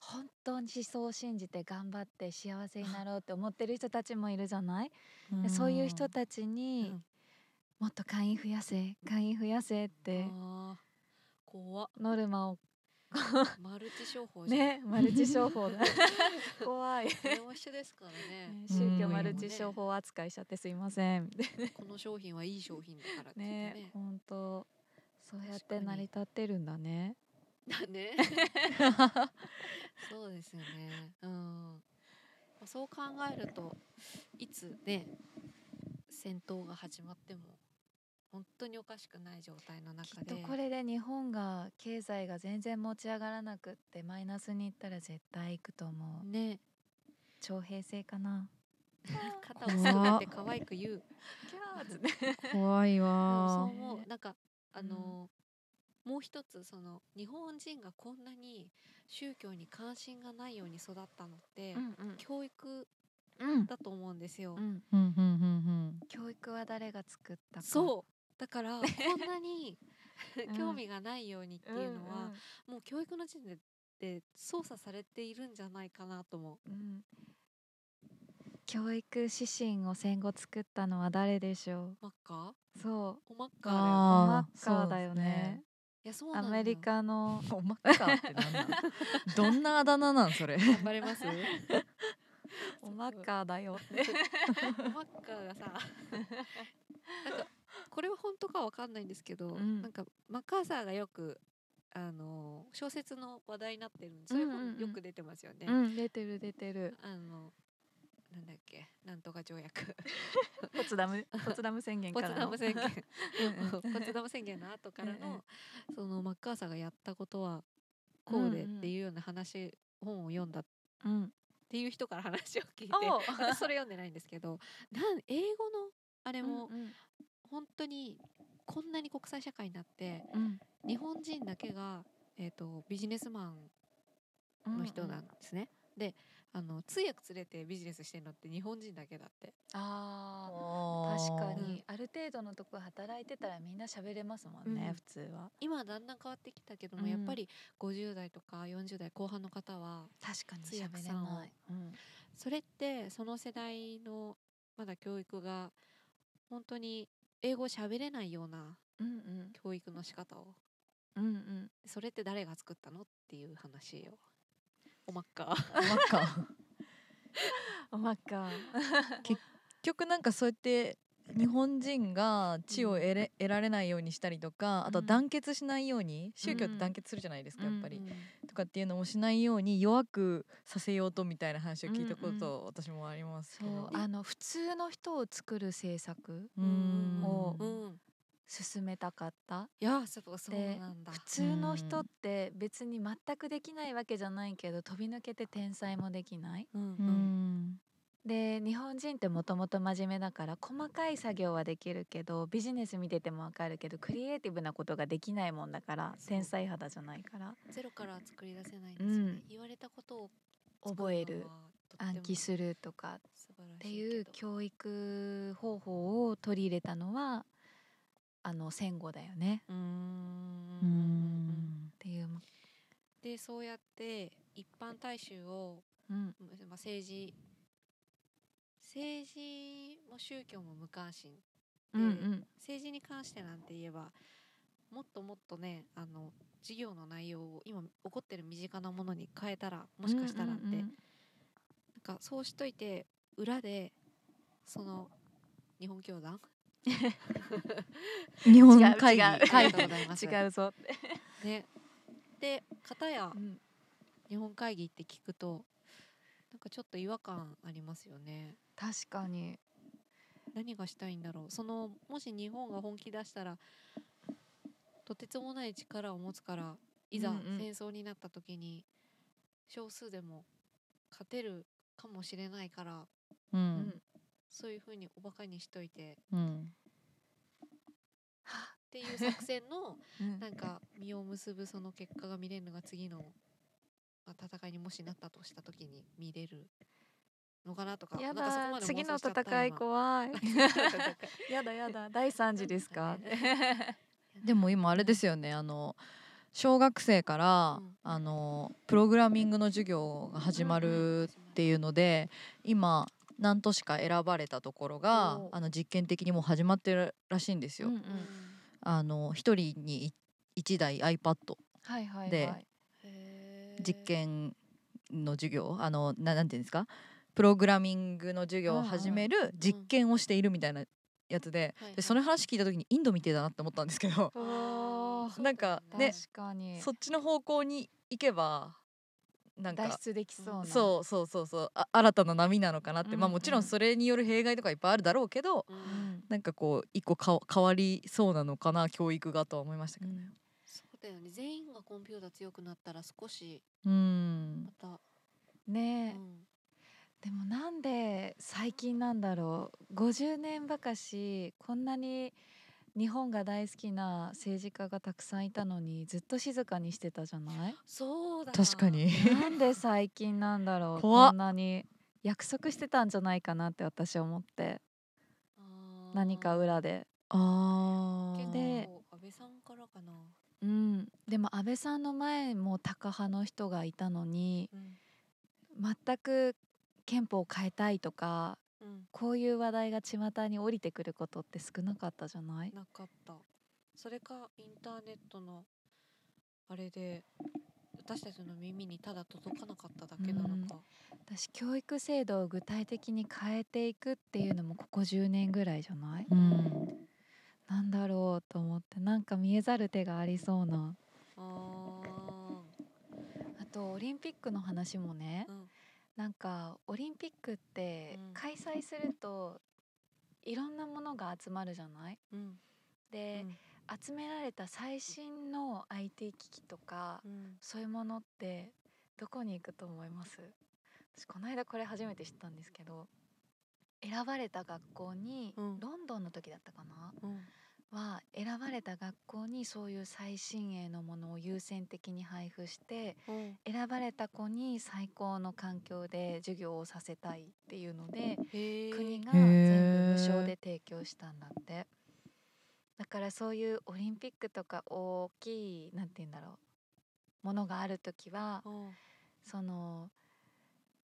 S5: 本当に思想を信じて頑張って幸せになろうって思ってる人たちもいるじゃない、でそういう人たちに、
S3: うん
S5: もっと会員増やせ会員増やせって
S3: あー怖っ
S5: ノルマを
S3: マルチ商法じゃん、
S5: ね マルチ商法だ怖い
S3: これも一緒ですからね
S5: ね宗教
S4: うん
S5: マルチ商法扱いしちゃってすいませんみたい
S3: この商品はいい商品だからって
S5: な
S3: 言って
S5: ね
S3: ね。
S5: 本当そうやっ
S3: 確か
S5: て
S3: に
S5: 成り立ってるんだね
S3: だ ね。そうですよね。うん。まあそう考えるといつね戦闘が始まっても本当におかしくない状態の
S5: き
S3: 中
S5: っ
S3: で。
S5: とこれで日本が経済が全然持ち上がらなくってマイナスにいったら絶対いくと思う
S3: ね
S5: 徴兵制かな
S3: 肩をすがって可愛く言う。
S5: キャーズね
S4: 怖い
S3: でもそう
S4: わー
S3: 思う。なんかあのもう一つその日本人がこんなに宗教に関心がないように育ったのって、教育
S5: うん
S3: だと思うんですよ。
S5: うん
S4: うんうんうん
S5: 教育は誰が作ったか
S3: そうだからこんなに
S5: うん
S3: 興味がないようにって
S5: ってい
S3: いうう
S5: の
S3: の
S5: は
S3: は、、もう教育の時点で操作されているんじゃないかなと思う。
S5: うん教育指針を戦後作ったのは誰でしょ
S3: マッカ
S5: うそう
S3: ーおマッカーだよ。
S5: お
S4: あー
S5: マッカーだよね
S3: いやそうな
S5: ア
S3: んだ
S5: メリカの
S4: そうですねおまっかってなんなん どんなあだ名なんそれ
S3: 頑張れます
S5: おマッカーだよって
S3: お マッカーがさなんかこれは本当かわかんないんですけど、
S5: うん
S3: なんかマッカーサーがよくあの小説の話題になってるんでそういう
S5: うんうんう
S3: 本
S5: ん
S3: よく出てますよね。
S5: うん出てる出てる
S3: あのなんだっけなんとか条約
S5: ポツダムポツダム宣言
S3: ポ
S5: か
S3: ツ
S5: ら
S3: ダ
S5: の
S3: ム宣言
S5: うんうん
S3: ポツダム宣言の後から
S5: うんうん
S3: のそのマッカーサーがやったことはこうでっ
S5: うんうん
S3: ていうような話本を読んだっ
S5: うん
S3: ていう人から話を聞いて
S5: おう
S3: 私それ読んでないんですけどなん英語のあれも
S5: うんうん
S3: 本当にこんなに国際社会になって
S5: うん
S3: 日本人だけが、えー、とビジネスマン
S5: うん
S3: の人なんですね。であの通訳連れてビジネスしてるのって日本人だけだって
S5: あー
S4: 確
S5: 確か
S3: う
S5: に
S3: ん
S5: ある程度のとこ働いてたらみんな喋れますもんね、
S3: うん
S5: 普通は
S3: 今はだんだん変わってきたけども、
S5: うん
S3: やっぱり50代とか40代後半の方は
S5: 確かに
S3: 通訳
S5: 喋れ
S3: さんを
S5: ない、うん
S3: それってその世代のまだ教育が本当に英語を喋れないような
S5: うん
S3: 教育の仕方を
S5: うんうんうん
S3: それって誰が作ったのっていう話をおまっか
S4: マッカー
S5: おまっか
S4: 結局なんかそうやって日本人が地を得れ、得られないようにしたりとかあとは
S5: うん
S4: 団結しないように宗教っ
S5: うん
S4: て団結するじゃないですか、やっぱり、
S3: うん
S4: とかっていうのもしないように弱くさせようとみたいな話を聞いたこと私もありますけ
S5: そ
S4: ど、
S5: うあの普通の人を作る政策
S4: うーん
S5: もう
S3: うん
S5: 進めたかった
S3: いやそうそう
S5: で
S3: なんだ
S5: 普通の人って別に全くできないわけじゃないけど飛び抜けて天才もできない
S3: うん
S4: う
S3: うんん
S5: で日本人ってもともと真面目だから細かい作業はできるけどビジネス見ててもわかるけどクリエイティブなことができないもんだから
S3: そう
S5: 天才肌じゃないから
S3: ゼロから作り出せないんですよね、
S5: うん
S3: 言われたことを
S5: 覚える暗記
S3: る
S5: するとかっ
S3: 素晴ら
S5: て
S3: しいけ
S5: い
S3: ど
S5: う教育方法を取り入れたのはあの戦後だよね。
S3: うーん
S4: うーん
S3: うん
S5: っていう、
S3: でそうやって一般大衆を、
S4: うん
S3: まあ、政治政治も宗教も無関心で、
S4: うんうん
S3: 政治に関してなんて言えばもっともっとねあの授業の内容を今起こってる身近なものに変えたらもしかしたらって、
S4: うんうんう
S3: なん
S4: ん
S3: かそうしといて裏でその日本 教団
S4: 日本会議
S5: 違う違う
S3: ありがとうございます
S5: 違うぞって、
S3: ね、で片や日本会議って聞くとなんかちょっと違和感ありますよね
S5: 確かに
S3: 何がしたいんだろうそのもし日本が本気出したらとてつもない力を持つからいざ
S4: うんうん
S3: 戦争になった時に少数でも勝てるかもしれないから
S4: うん
S3: そういうふうにおバカにしといて
S4: うん
S3: っていう作戦の
S4: うん
S3: なんか実を結ぶその結果が見れるのが次の、まあ、戦いにもしなったとした時に見れるのかなとかな
S5: や
S3: んか
S5: だ
S3: そこま
S5: 次
S3: で妄想
S5: の
S3: しちゃった
S5: 戦い
S3: 今
S5: 怖い やだやだ第3次です か
S4: でも今あれですよねあの小学生から、
S3: うん
S4: あのプログラミングの授業が始まるっていうので今何都市か選ばれたところが
S5: おー
S4: あの実験的にもう始まってるらしいんですよ。
S5: うんう
S3: うん
S5: ん
S4: あの一人に一台 iPad
S5: はいはいはい
S4: で
S3: へー
S4: 実験の授業あのななんていうんですかプログラミングの授業を始める実験をしているみたいなやつで,、
S3: はいはい
S4: でその話聞いた時にインドみてえだなって思ったんですけど、
S5: おー
S3: そうだ
S4: な
S3: よ
S4: んか
S5: 確
S4: ね
S5: かに
S4: そっちの方向に行けばなん
S5: 脱
S4: か
S5: 出できそうな
S4: そうそうそうそうあ新たな波なのかなって、まあ
S5: うん
S4: もちろんそれによる弊害とかいっぱいあるだろうけど
S3: う
S5: うんん
S4: なんかこう一個かわ変わりそうなのかな教育がとは思いましたけどね。
S3: そうだよね全員がコンピューター強くなったら少し
S4: うん
S3: また、う
S5: ねえ
S3: ん
S5: でもなんで最近なんだろう50年ばかしこんなに日本が大好きな政治家がたくさんいたのにずっと静かにしてたじゃない
S3: そうだ
S4: 確かに
S5: なんで最近なんだろう
S4: 怖っ
S5: こんなに約束してたんじゃないかなって私思って
S3: あー
S5: 何か裏で、
S4: あ
S3: 結
S4: ー
S5: で
S3: 構安倍さんからかな、
S5: うん、でも安倍さんの前もタカ派の人がいたのに
S3: うん
S5: 全く憲法を変えたいとか
S3: うん、
S5: こういう話題が巷に降りてくることって少なかったじゃない
S3: なかったそれかインターネットのあれで私たちの耳にただ届かなかっただけなのか、
S5: 私教育制度を具体的に変えていくっていうのもここ10年ぐらいじゃない
S4: うん
S5: なんだろうと思ってなんか見えざる手がありそうな
S3: あ
S5: あとオリンピックの話もね
S3: ー、うん
S5: なんかオリンピックって
S3: うん
S5: 開催するといろんなものが集まるじゃない
S3: うん
S5: で、集められた最新の IT 機器とか、
S3: うん
S5: そういうものってどこに行くと思います私この間これ初めて知ったんですけど選ばれた学校に、
S3: うん
S5: ロンドンの時だったかな
S3: うん
S5: は選ばれた学校にそういう最新鋭のものを優先的に配布して
S3: うん
S5: 選ばれた子に最高の環境で授業をさせたいっていうので
S3: へえ
S5: 国
S3: が
S5: が
S4: へ
S5: 全
S4: ー
S5: 部無償で提供したんだってだからそういうオリンピックとか大きいなんて言うんだろうものがある時はその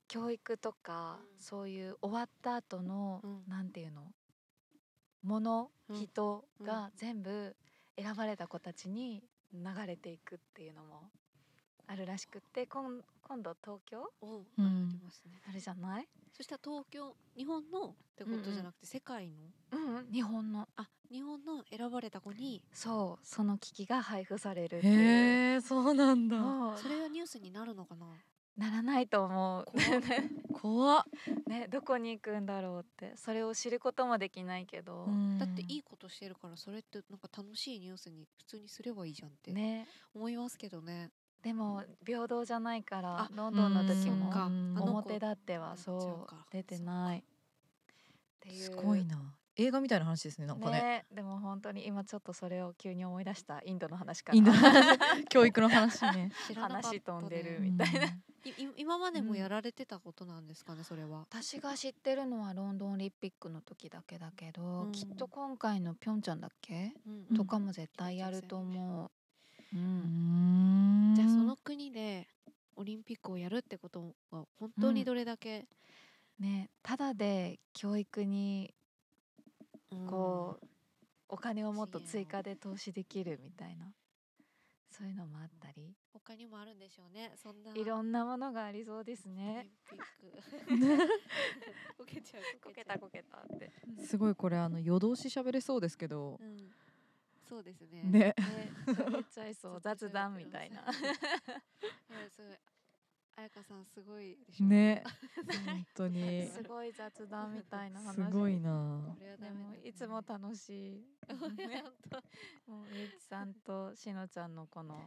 S5: 教育とか
S3: うん
S5: そういう終わった後の
S3: うん
S5: なんていうのもの
S3: うん
S5: 人が全部選ばれた子たちに流れていくっていうのもあるらしくってこん今度東京
S3: お
S4: うん
S3: ありますね
S5: あるじゃない
S3: そしたら東京日本のってことじゃなくて世界の
S5: うんうん日本の
S3: あ日本の選ばれた子に
S5: そうその機器が配布されるっていう
S4: へえそうなんだ
S5: もう
S3: それがニュースになるのかな
S5: ならないと思う
S3: 怖っ
S4: 怖っ
S5: ねどこに行くんだろうってそれを知ることもできないけど、
S3: だって
S4: い
S3: いいことしてるからそれってなんか楽しいニュースに普通にすればいいじゃんって
S5: ね
S3: 思いますけどね
S5: でも平等じゃないから
S3: あ
S5: ロンドンの時
S4: そ
S5: も
S4: っかあの子
S5: 表立って
S3: うん違
S5: は
S3: う
S5: そ
S3: か
S5: う出てないっていう
S4: すごいな映画みたいな話ですねなんかね
S5: ねでも本当に今ちょっとそれを急に思い出したインドの話から
S4: インドの 教育の話 ね
S3: 知らなかった、ね、
S5: 話飛んでる
S4: みたいな、
S3: いい今までも
S5: うん
S3: やられてたことなんですかねそれは、
S5: 私が知ってるのはロンドンオリンピックの時だけだけど、
S3: うん
S5: きっと今回のピョンチャンだっけ、
S3: うん
S5: とかも絶対やると思う、う、
S4: うんん
S3: の国でオリンピックをやるってことが本当にどれだけ、
S5: ねただで教育に
S3: うん
S5: こう、お金をもっと
S3: 資
S5: 追
S3: 源
S5: 加
S3: を
S5: で投資できるみたいなそういうのもあったり
S3: 他にもあるんでしょうねそんないい
S5: ろんなものがありそうです
S3: オ
S5: ね。
S3: リンピ ックこけちゃうこけちゃう、
S5: こけたって
S4: すごいこれあの夜通し喋れそうですけど
S3: う、ん、そうですね
S4: ね
S5: 喋っ ちゃい そう
S3: ずっと喋って
S5: 雑談みたいな。
S3: いやすごい彩香さんすごいでしょ
S4: ね 本当に
S5: すごい雑談みたいな話。
S4: すごいな
S3: これは
S5: で
S3: ダメ
S5: も
S3: だ
S5: いつも楽しい。
S3: 本当
S5: もうゆうきさんとしのちゃんのこの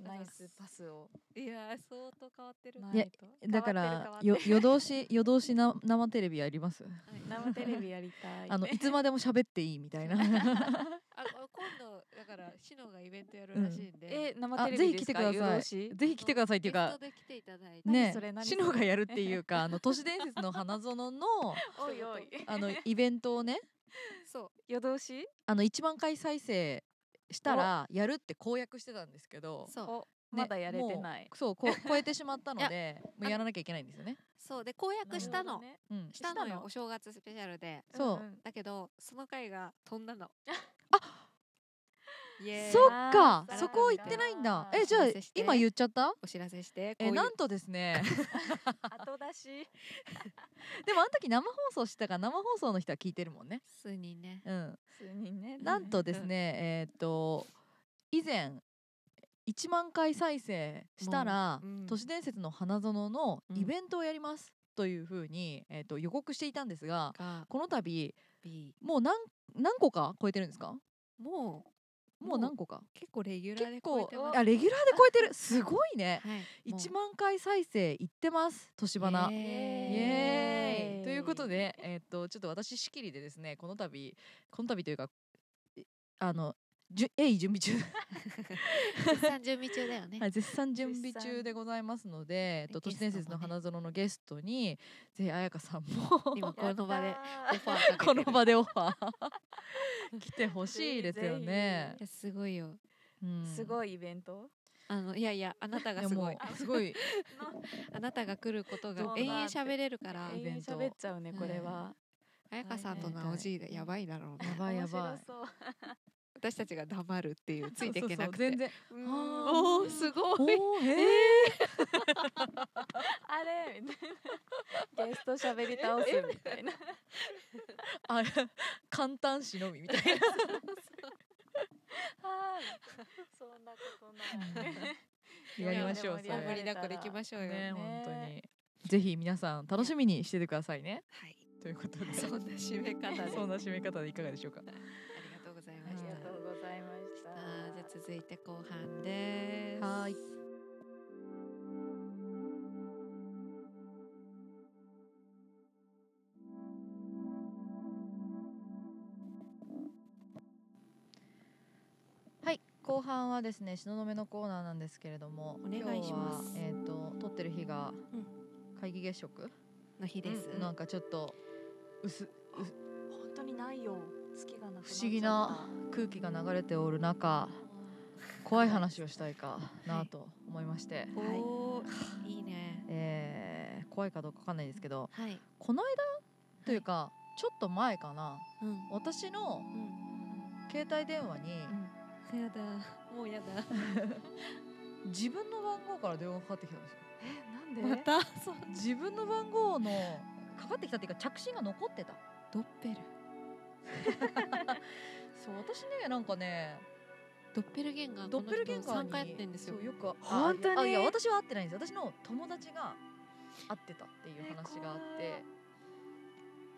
S5: ナイスパスを
S3: いやー相当変わってる
S5: な
S3: はい
S4: や
S5: いと。
S4: だからよ夜通し夜通しな生テレビあります
S3: い
S5: 生テレビやりたい。
S4: あのいつまでも喋っていいみたいな
S3: あ 今度だからシノがイベントやるらしいんで、
S5: え生
S4: あ
S5: テレ
S4: ぜ
S5: ビ
S4: ひ来
S5: です
S4: てく
S5: か
S4: ださ
S5: 夜
S4: い
S5: 通し
S4: ぜひ来てくださいっていうか
S3: ゲストで来ていただいて、
S4: ね
S5: 何それ何そ
S4: シ
S5: れ
S4: ノがやるっていうかあの都市伝説の花園の
S5: おいおい
S4: あ のイベントをね
S3: そ
S5: 夜通し
S4: あの1万回再生したらやるって公約してたんですけど
S3: う、そう
S5: お
S4: ね
S5: まだやれて ない
S4: もうそうこ超えてしまったの
S3: いや
S4: でもうやらなきゃいけないんですよね、
S3: そうで公約したの、
S4: うん、
S3: したの
S5: した
S3: よ
S5: の
S3: お正月スペシャルで
S4: そう
S3: だけどその回が飛んだのイエーイ
S4: そっか
S5: あー
S4: そこを言ってないんだえじゃあ
S3: お知らせして
S4: 今言っちゃった
S3: お知らせしてこうい
S4: え
S3: う
S4: なんとです ね
S5: 後出し
S4: でもあの時生放送してたから生放送の人は聞いてるもんね
S3: 数人ね
S4: うん
S5: 普通にね
S4: なんとですね、えーっと以前1万回再生したら、
S3: もううん
S4: 都市伝説の花園の
S3: うん
S4: イベントをやりますというふうに、えーっと予告していたんですが
S3: が
S4: この度
S3: B
S4: もう何何個か超えてるんですか
S3: もう
S4: もう何個か
S3: 結構レギュラ
S4: 結
S3: ーで超え
S4: 構
S3: てます
S4: あレギュラーで超えてるすごいね
S3: はいもう
S4: 1万回再生いってます年花
S3: イエ
S4: イ
S5: エ
S4: エ
S5: ー
S4: ー
S5: イ
S4: イということで、えっとちょっと私仕切りでですねこの度この度というかえあのじゅ鋭意準備 中
S3: ーイ絶賛準備中だよね
S4: はい絶賛準備
S5: 絶
S4: 中
S5: 賛
S4: でございますので、えっと、都
S3: ゲ
S4: 市
S3: ストも
S4: 伝
S3: ね
S4: 説の花園のゲストにぜひ彩香さんも
S3: 今この 場でオファーかけてる
S4: この場でオファー 来てほしいですよね
S3: い。やすごいよ
S5: す
S4: い
S5: ごいイベント
S3: あのいやいやあなたが
S4: や
S3: す
S4: も
S3: ご
S4: う
S3: い
S4: すごい
S3: あなたが来ること
S5: どう
S3: が
S5: だ
S3: 延々喋れるから
S4: イ
S5: 永
S4: ベ
S5: 遠
S4: ント
S5: 喋っちゃうねこれは
S3: 彩香さんとのおじいでやばいだろうね
S4: やばいやばい
S5: 面白そう
S3: 私たちが黙るっていうついていけなく
S4: そうそうそう全
S3: て
S4: 然
S5: うん
S4: あー
S3: おおーすごい
S4: おー え
S5: あれみたいなゲスト喋り倒すみたいな
S4: ーあ 簡単しのみみたいな。
S5: はいそんなことない
S4: やりましょう
S5: い
S4: そ
S5: や
S4: れ
S3: 大盛り
S5: でも盛り上
S3: だ
S5: が
S3: こ
S5: れたら
S3: でいきましょうよ、
S4: ね
S5: ね
S4: 本当にぜひ皆さん楽しみにしててくださいね
S3: はい
S4: ということで
S3: そんな締め方であり
S4: そんな締め方でいかがでしょうか
S3: がとうござい
S5: あ
S3: ま
S5: り
S3: した
S5: がとうございました
S3: あーじゃあ続いて後半です
S4: はいはい後半はですね東雲のコーナーなんですけれども
S3: お願いします
S4: 今日はえっ、と撮ってる日が
S3: う
S4: 会議月食、
S3: の日です、
S5: うん
S4: なんかちょっと薄
S5: 本当にないよ月がなくなっちゃった
S4: 不思議な空気が流れておる中怖い話をしたいかなと思いまして、
S5: はい
S3: おーいいね
S4: えー怖いかどうかわかんないですけど
S3: はい
S4: この間というか、ちょっと前かな
S3: うん
S4: 私の
S3: うん
S4: 携帯電話に
S3: やだもうやだ
S4: 自分の番号から電話がかかってきたんですよ
S5: えなん
S3: ま
S5: で
S3: たそう
S4: 自分の番号のかかってきたっていうか着信が残ってた
S3: ドッペル
S4: そう私ねなんかね
S3: ドッペルゲンガー
S4: ドッペルゲンガー
S3: 3
S4: に
S3: 回やってんですよ
S4: そうよくあ
S5: 本当に
S4: あいやあいや私は会ってないんです私の友達が会ってたっていう話があっ
S5: え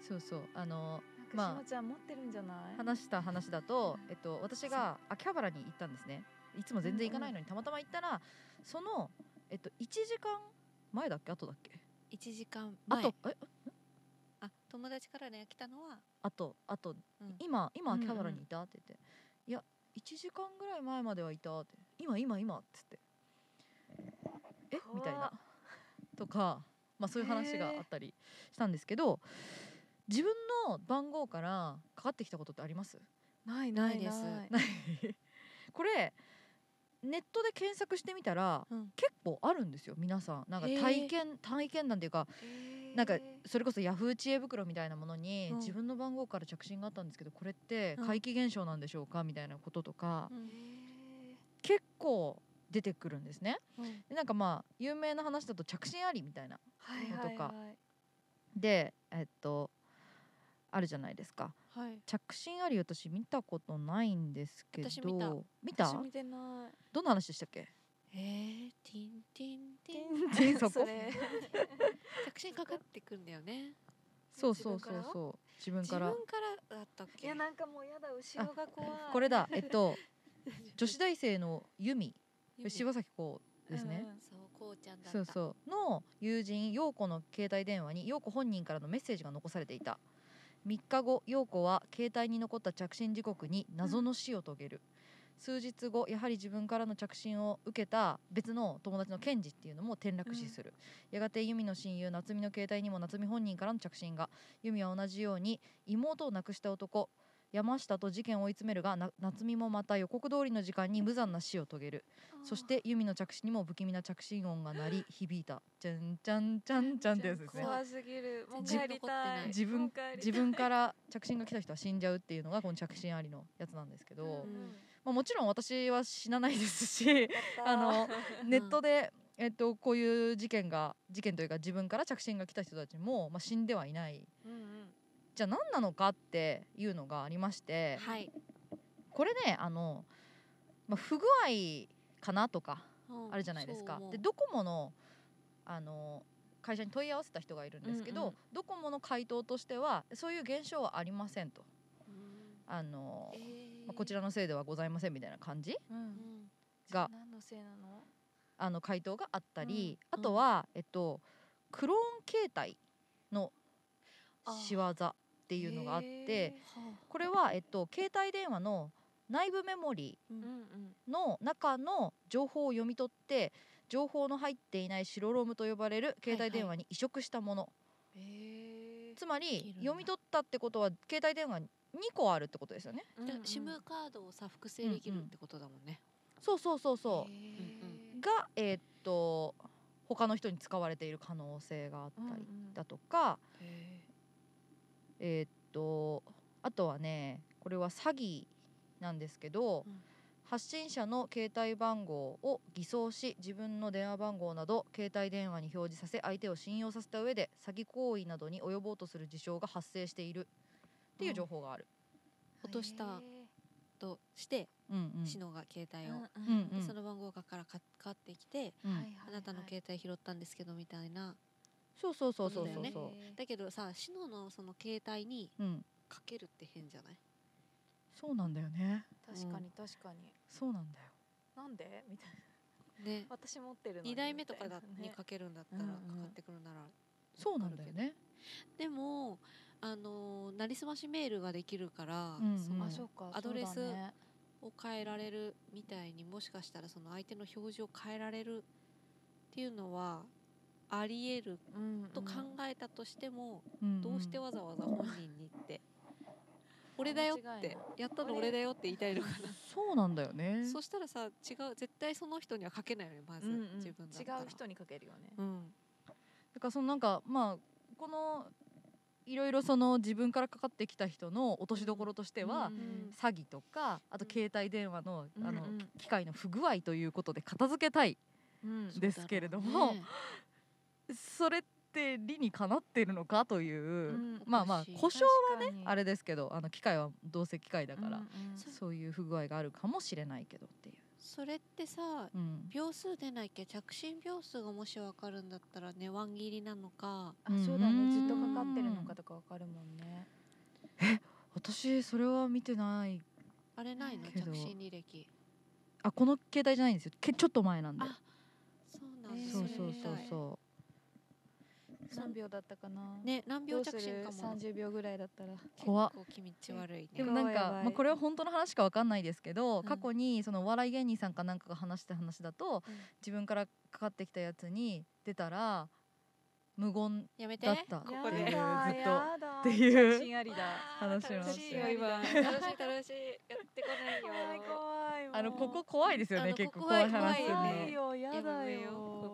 S4: てそうそうあの
S5: なんか
S4: まあ
S5: しのちゃん持ってるんじゃない
S4: 話した話だと、えっと、私が秋葉原に行ったんですねいつも全然行かないのにたまたま行ったらその、えっと、1時間前だっけ後だっけ
S3: 1時間
S4: あ
S3: 前
S4: とえ
S3: あ友達からね来たのは
S4: あとあと、
S3: うん
S4: 今今
S5: うんうん
S4: 秋葉原にいたって言って、いや1時間ぐらい前まではいたって今今今っつってえ
S5: 怖っ
S4: みたいなとか、まあ、そういう話があったりしたんですけど自分の番号から かかってきたことってあります
S5: ない
S3: ないです
S4: ないこれネットで検索してみたら
S3: うん
S4: 結構あるんですよ皆さんなんか
S3: へえ
S4: 体験体験談っていうかなんか
S3: へー
S4: それこそヤフー知恵袋みたいなものに、
S3: うん
S4: 自分の番号から着信があったんですけどこれって
S3: うん
S4: 怪奇現象なんでしょうか、みたいなこととか、
S3: うん
S4: 結構出てくるんですね
S3: うん
S4: でなんかまあ有名な話だと着信ありみたいな
S3: はい
S4: のとか
S3: はい
S4: でえっとあるじゃないですか
S3: はいはい
S4: 着信あり私見たことないんですけど
S3: 私見た
S4: 見た
S3: 私見てない
S4: どんな話でしたっけ
S3: えー、ティンティンティン
S4: でそこ
S5: それ
S3: 着信かかってくんだよね
S4: そうそう
S3: 自
S4: そ
S3: 分
S4: う
S3: から
S4: そう自分
S3: 自
S4: か
S3: 分かららだったっ
S5: い
S3: け
S5: やなんかもうやだ後ろが怖い
S4: これ だえっと女子大生のユミ柴咲コウですね、
S3: そうこうちゃんだった
S4: そうそうの友人陽子の携帯電話に陽子本人からのメッセージが残されていた3日後陽子は携帯に残った着信時刻に謎の死を遂げる、数日後やはり自分からの着信を受けた別の友達のケンジっていうのも転落死する、やがて由美の親友夏美の携帯にも夏美本人からの着信が由美は同じように妹を亡くした男山下と事件を追い詰めるがな夏美もまた予告通りの時間に無残な死を遂げるそしてユミの着信にも不気味な着信音が鳴り響いた。じゃんじゃんじゃんじゃんってやつですね。
S5: 怖すぎるもう
S3: 全然
S5: 帰
S3: 残
S5: り
S3: ってな
S5: た
S3: い
S5: い
S4: 自
S5: も
S4: 分
S5: う帰りたい
S4: 自分から着信が来た人は死んじゃうっていうのがこの着信ありのやつなんですけど、
S5: うんうん
S4: まあもちろん私は死なないですし、あのネットで。えっと、こういう事件が事件というか自分から着信が来た人たちも、まあ、死んではいない
S3: うんうん
S4: じゃあ何なのかっていうのがありまして
S3: はい、
S4: これねあの、まあ、不具合かなとかあるじゃないですか。でドコモのあの会社に問い合わせた人がいるんですけど、
S3: うんうん
S4: ドコモの回答としてはそういう現象はありませんとあの、
S3: え
S4: まあこち
S3: ら
S4: らのせいではございませんみたいな感じ
S5: うん
S4: が
S5: 何のせいなの
S4: あの回答があったり、
S3: うん
S4: あとは、えっと、クローン形態の仕業っていうのがあって、これは、えっと、携帯電話の内部メモリー
S3: うんうん
S4: の中の情報を読み取って情報の入っていない白ロムと呼ばれる携帯電話に移植したもの、
S5: え
S4: つま
S3: できる
S4: り
S3: んだ
S4: 読み取ったってことは携帯電話2個あるってことですよね
S3: で SIM カードをさ複製できるってことだもんね、
S4: そうそうそうそううがえーっと他の人に使われている可能性があったりだとか、えーっとあとはねこれは詐欺なんですけど、
S3: うん
S4: 発信者の携帯番号を偽装し自分の電話番号など携帯電話に表示させ相手を信用させた上で詐欺行為などに及ぼうとする事象が発生しているっていう情報がある。
S3: 落としたとして
S4: うんうん
S3: シノが携帯を、
S4: うんう
S3: で
S4: ん
S3: その番号がからかかってきて、
S4: うん
S3: あなたの携帯拾ったんですけどみたいな
S4: そうそうそうそう
S3: だ
S4: そ
S3: よ
S4: う
S3: ね
S4: そう、
S3: だけどさシノのその携帯に
S4: うん、
S3: かけるって変じゃない
S4: そうなんだよね。
S5: 確かに確かに
S4: そうなんだよ。
S5: なんでみたいな
S3: ね
S5: 私持ってるのに
S3: 2代目とかだ
S5: みたい
S3: に
S5: なね
S3: かけるんだったら
S5: う
S3: か
S5: ん
S3: か
S5: うん
S3: ってくるなら、
S4: そうなんだよね。
S3: でもあのーなりすましメールができるから、
S4: うんうん
S3: その
S5: あそうか
S3: アドレス
S5: そうだね
S3: を変えられるみたいにもしかしたらその相手の表示を変えられるっていうのはあり得る
S5: うん
S3: と考えたとしても、
S4: んん
S3: どうしてわざわざ本人にって「俺だよ」っ
S5: 間違い
S3: て
S5: な
S3: やったの俺だよって言いたいのかな
S4: そうなんだよね。
S3: そしたらさ違う絶対その人にはかけないよねまず、
S5: うんうん
S3: 自分だったら
S5: 違う人にかけるよね
S3: うん
S4: だからそのなんかまあこのいろいろその自分からかかってきた人の落としどころとしては、
S5: うん
S3: うん
S4: 詐欺とかあと携帯電話の,、あの
S5: うんうん
S4: 機械の不具合ということで片付けたい
S5: うん
S4: ですけれども、
S3: ね
S4: それって理にかなってるのかという、
S5: うん
S4: まあまあ
S3: おかしい
S4: 故障
S5: はね
S4: あれですけどあの機械はどうせ機械だ
S5: だ
S4: から、そういう不具合があるかもしれないけどっていう。
S3: それってさ
S4: うん
S3: 秒数出ないっけ着信秒数がもし分かるんだったらねワン切りなのか
S5: あそうだ
S4: うん
S5: ねずっとかかってるのかとかわかるもんね
S4: 私それは見てない
S3: あれないの
S4: け
S3: 着
S4: ど
S3: 信履歴
S4: あこの携帯じゃないんですよけちょっと前なんで
S3: あそうなん
S5: え
S3: だ
S5: ー
S4: そう
S3: れ
S4: そう
S3: みた
S4: そ
S3: いう
S4: そ
S5: 何秒だったかな
S3: ね何
S5: ど
S3: 秒
S5: うす
S3: 着信
S5: る
S3: かも
S5: 三十秒ぐらいだったら
S4: う怖っ
S3: 結構気持ち悪いう
S4: で
S3: ね
S4: もなん
S5: やばいや
S4: か
S5: ば、い
S4: まあ、これは本当の話かわかんないですけど、
S3: ん
S4: 過去にそのお笑い芸人さんかなんかが話した話だと、
S3: うん
S4: 自分からかかってきたやつに出たら無言
S3: やめて
S4: だった
S3: こ
S4: っ
S3: で
S4: ていうず
S5: や
S4: っと
S5: だやだ
S4: っていう
S5: 着信ありだ
S4: 話しま
S3: 楽
S4: し
S3: しい
S4: た
S3: よ今楽しい楽しいやってこないよ
S5: 怖い怖い
S4: あのここ怖いですよ
S3: あ
S4: ね
S3: の
S4: 結構
S3: ここ
S4: 怖
S3: はい
S4: 話する
S3: 怖い
S4: の
S3: ね
S5: よ
S3: や ば
S5: やだ
S3: い
S5: よ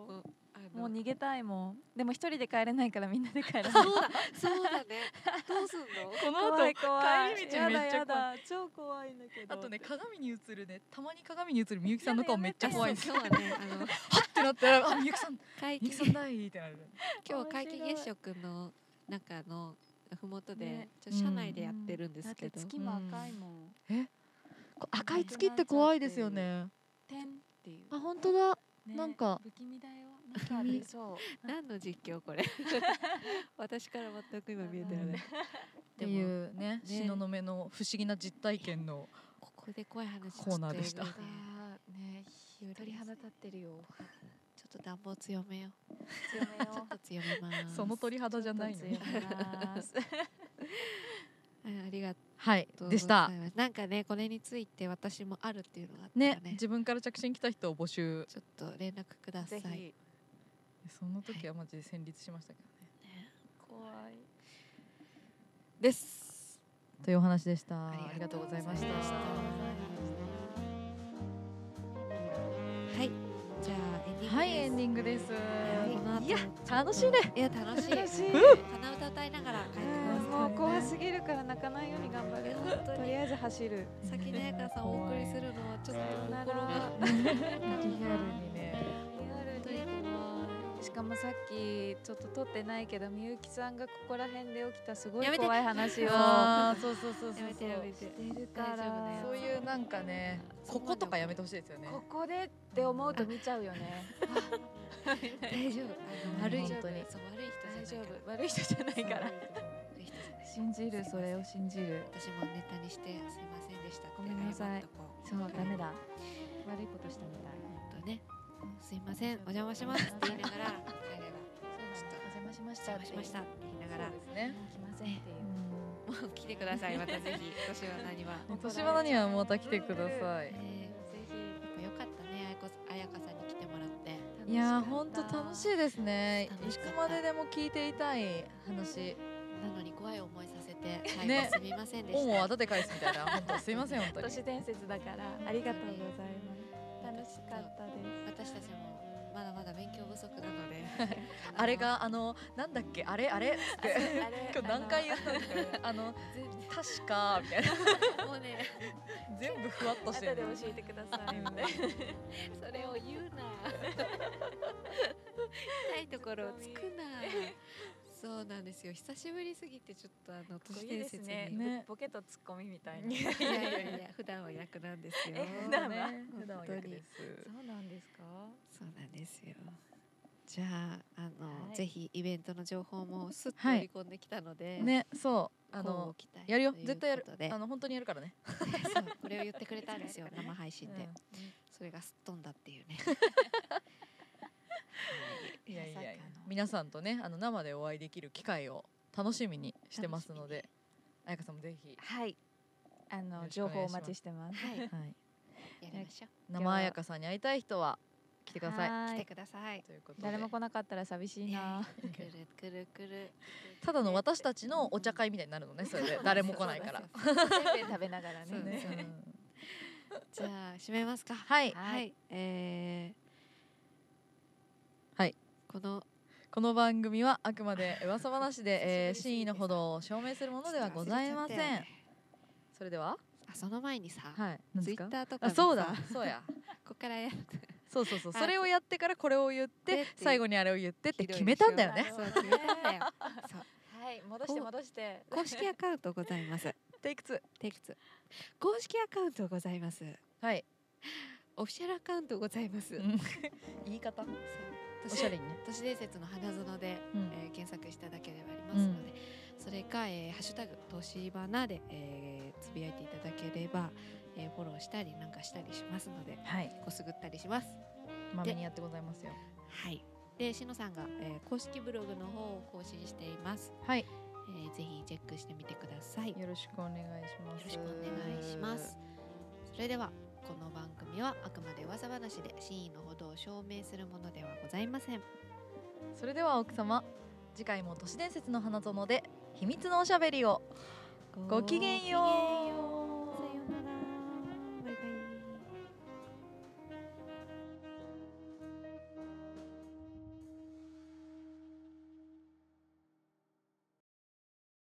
S3: ここあの
S5: もう逃げたいもんでも一人で帰れないからみんなで 帰る
S3: そうだそうだねどうすんの
S4: この
S5: 怖
S4: 後
S5: い怖い
S4: 帰り道めっちゃ
S5: やだ
S4: 怖
S5: やだ超怖いんだけど
S4: あとね鏡に映るねたまに鏡に映るみゆきさんの顔めっちゃ怖いんですよ
S3: そう今日はねあ の
S4: ってなったらあみゆきさん
S3: 皆
S4: みゆ
S3: 既
S4: きさんないってなる
S3: 今日は皆既
S5: 面白い
S3: 月食の中のふもとで、
S5: ね
S3: ちょっと車内でやってるんですけど、
S5: だって月も赤いもん、
S4: こ赤い月って怖いですよね
S5: 天っていう
S4: あ本当だ
S5: ね
S4: なんか
S5: 不気味だよなんかあ
S4: 不気
S5: り
S4: 味
S5: そう
S3: 何の実況これ 私から全く今見えてない
S4: っていうね
S3: ね
S4: 東雲の不思議な実体験の
S3: ここで怖い話
S4: コーナーでした
S3: ちょっとやるね
S5: ね鳥肌立ってるよ
S3: ちょっと暖房強めよ
S5: 強 め
S3: ちょ
S5: よ
S3: っと強めます
S4: その鳥肌じゃないの
S5: ちょ
S4: よ
S5: っと強めます
S3: はいありがと
S4: はいう
S3: ご
S4: でし
S3: ざ
S4: た
S3: いますなんかねこれについて私もあるっていうのがあったら
S4: ね
S3: ね
S4: 自分から着信来た人を募集
S3: ちょっと連絡くださ
S5: ぜ
S3: い
S5: ひ
S4: その時はマジで戦慄しましたけどね
S5: 怖い
S3: です
S4: というお話でした
S3: あ
S4: あり
S3: り
S4: が
S3: が
S4: と
S3: と
S4: う
S3: う
S4: ご
S3: ご
S4: ざ
S3: ざ
S4: い
S3: い
S4: ま
S3: ま
S4: し
S3: したたはいじゃあエンディングです
S4: はいエンディングです
S3: いこの後
S4: いや楽しいね
S3: いや楽しい
S5: 楽しい
S3: 鼻歌歌いながら帰って
S5: うん
S3: くだ
S5: もう怖すぎるから泣かないように頑張る
S3: 本当に
S5: とりあえず走る
S3: さい先ねやかさんをお送りするのはちょっと心
S5: さ
S3: が
S5: よなら
S4: リアルにね
S5: リアルにしかもさっきちょっと撮ってないけどみゆきさんがここら辺で起きたすご
S3: や
S5: い
S3: めて
S5: 怖い話を
S4: あーそうそうそうそう
S3: やめてやめて
S5: してるか
S3: 大
S5: ら
S3: 丈夫だよ
S4: そういうなんかねこことかやめてほしいですよね
S5: ここでって思うと見ちゃうよ ね
S4: 本当に
S3: 大丈夫あの悪いそう悪い人じゃないから悪
S5: 大丈夫悪い人じゃないから
S3: い人じゃない
S5: 信じるそれを信じる
S3: 私もネタにしてすいませんでしたって
S5: ごめんなさい
S3: 謝っとこ
S5: そうダメだ悪いことしたみたい
S3: とねすいませんお邪魔しますって言いながら帰れば
S5: お邪魔しまし
S3: お
S5: た
S3: 邪魔しましたって言いながら
S4: そうですね
S5: 来ませんっていう
S3: もう来てくださいまたぜ ひ年は何は
S4: うん年花にはまた来てください
S3: え
S5: ぜ
S3: ー、
S5: ひ
S3: よかったねあやこあやかさんに来てもらっ
S4: い
S3: て
S4: やーほんと楽しいですね
S3: 楽
S4: い
S3: し
S4: つ
S3: かっ
S4: まで
S3: た
S4: でも聞いていたい話
S3: なのに怖い思いさせて最後
S4: ね
S3: すみませんでした、
S4: 恩をあだで返すみたいな本当すいません本当
S5: 都
S4: に
S5: 市伝説だからありがとうございます楽しかったです
S3: 私たちもまだまだ勉強不足なの で
S4: あれがあのなんだっけあれあれっつって
S5: あれ
S4: 今日何回言ったんですかあの確かみたいな
S3: あのもうね
S4: 全部ふわっとして
S5: 後で
S4: る
S5: 教えてくださいみたいな
S3: それを言うな痛いところをつくなそうなんですよ久しぶりすぎてちょっとあの都市伝説に
S4: ね
S5: ボケとツッコミみたい
S4: い
S5: に
S3: いやい やいや普段は役なんですよ
S5: え普段は
S4: ね普段は逆です
S5: うなんですか
S3: そうなんですよ。じゃああの、
S5: はい
S3: ぜひイベントの情報もすっと
S4: はい
S3: 織り込んできたので、
S4: ねそうあ
S3: あの
S4: のやるよ絶対やる
S3: で
S4: あの本当にやるからね
S3: そうこれを言ってくれたんですよ
S5: そうだね
S3: 生配信で、
S4: う
S3: それがすっ飛んだっていうね。
S4: んいやいやいや
S3: まさかの
S4: 皆さんとねあの生でお会いできる機会を楽しみにしてますので彩香さんもぜひ
S5: はいあ
S4: よろ
S5: の
S4: しくお
S5: 情
S4: 願
S5: 報
S4: い
S5: お
S4: します
S5: 待ちしてます
S3: はい
S4: はい
S3: やりましょ
S4: 生彩香さんに会いたい人は来てください
S5: は
S3: う。来
S5: い
S3: てください。
S4: ということで
S5: 誰も来なかったら寂しいな
S3: くるくるくる。
S4: ただの私たちのお茶会みたいになるのね それで誰も来ないから
S5: そうそうそうせんべい食べながら
S3: そう
S5: ね
S3: ねじゃあ締めますか。
S4: はい
S3: はい、えー
S4: はい
S3: この
S4: この番組はあくまで噂話で、えー、
S3: 久しぶり
S4: 真意のほどを証明するものではございませ
S3: ちょっと忘れちゃった
S4: ん
S3: よね
S4: それでは
S3: あその前にさ、
S4: はい
S3: ツイッターとか
S4: あ
S3: のさ
S4: そうだそう や
S3: ここからや
S4: そうそうそう
S3: はい
S4: それをやってからこれを言っ
S3: で
S4: て
S3: って
S4: 最後にあれを言ってって決めたんだよね
S3: そう決めたん だよ。そう
S5: はい戻して戻して
S3: 公式アカウントございます。
S4: テイク2
S3: テイクツー公式アカウントございます。
S4: はい
S3: オフィシャルアカウントございます。
S4: うん
S3: そう
S4: 言い方お
S3: 都市
S4: しゃれにね
S3: 都市伝説の花園で、
S4: うん
S3: えー検索していただければありますので、それか、えーハッシュタグ都市花で、えーつぶやいていただければ、えーフォローしたりなんかしたりしますので、
S4: はい
S3: こすぐったりします。
S4: まめにやってございますよ
S3: はい。で、しのさんが、えー公式ブログの方を更新しています。
S4: はい
S3: えーぜひチェックしてみてください。
S4: よろしくお願いします
S3: よろしくお願いします。それではこの番組はあくまで噂話で真意のほどを証明するものではございません。
S4: それでは奥様次回も都市伝説の花園で秘密のおしゃべりをごきげんよう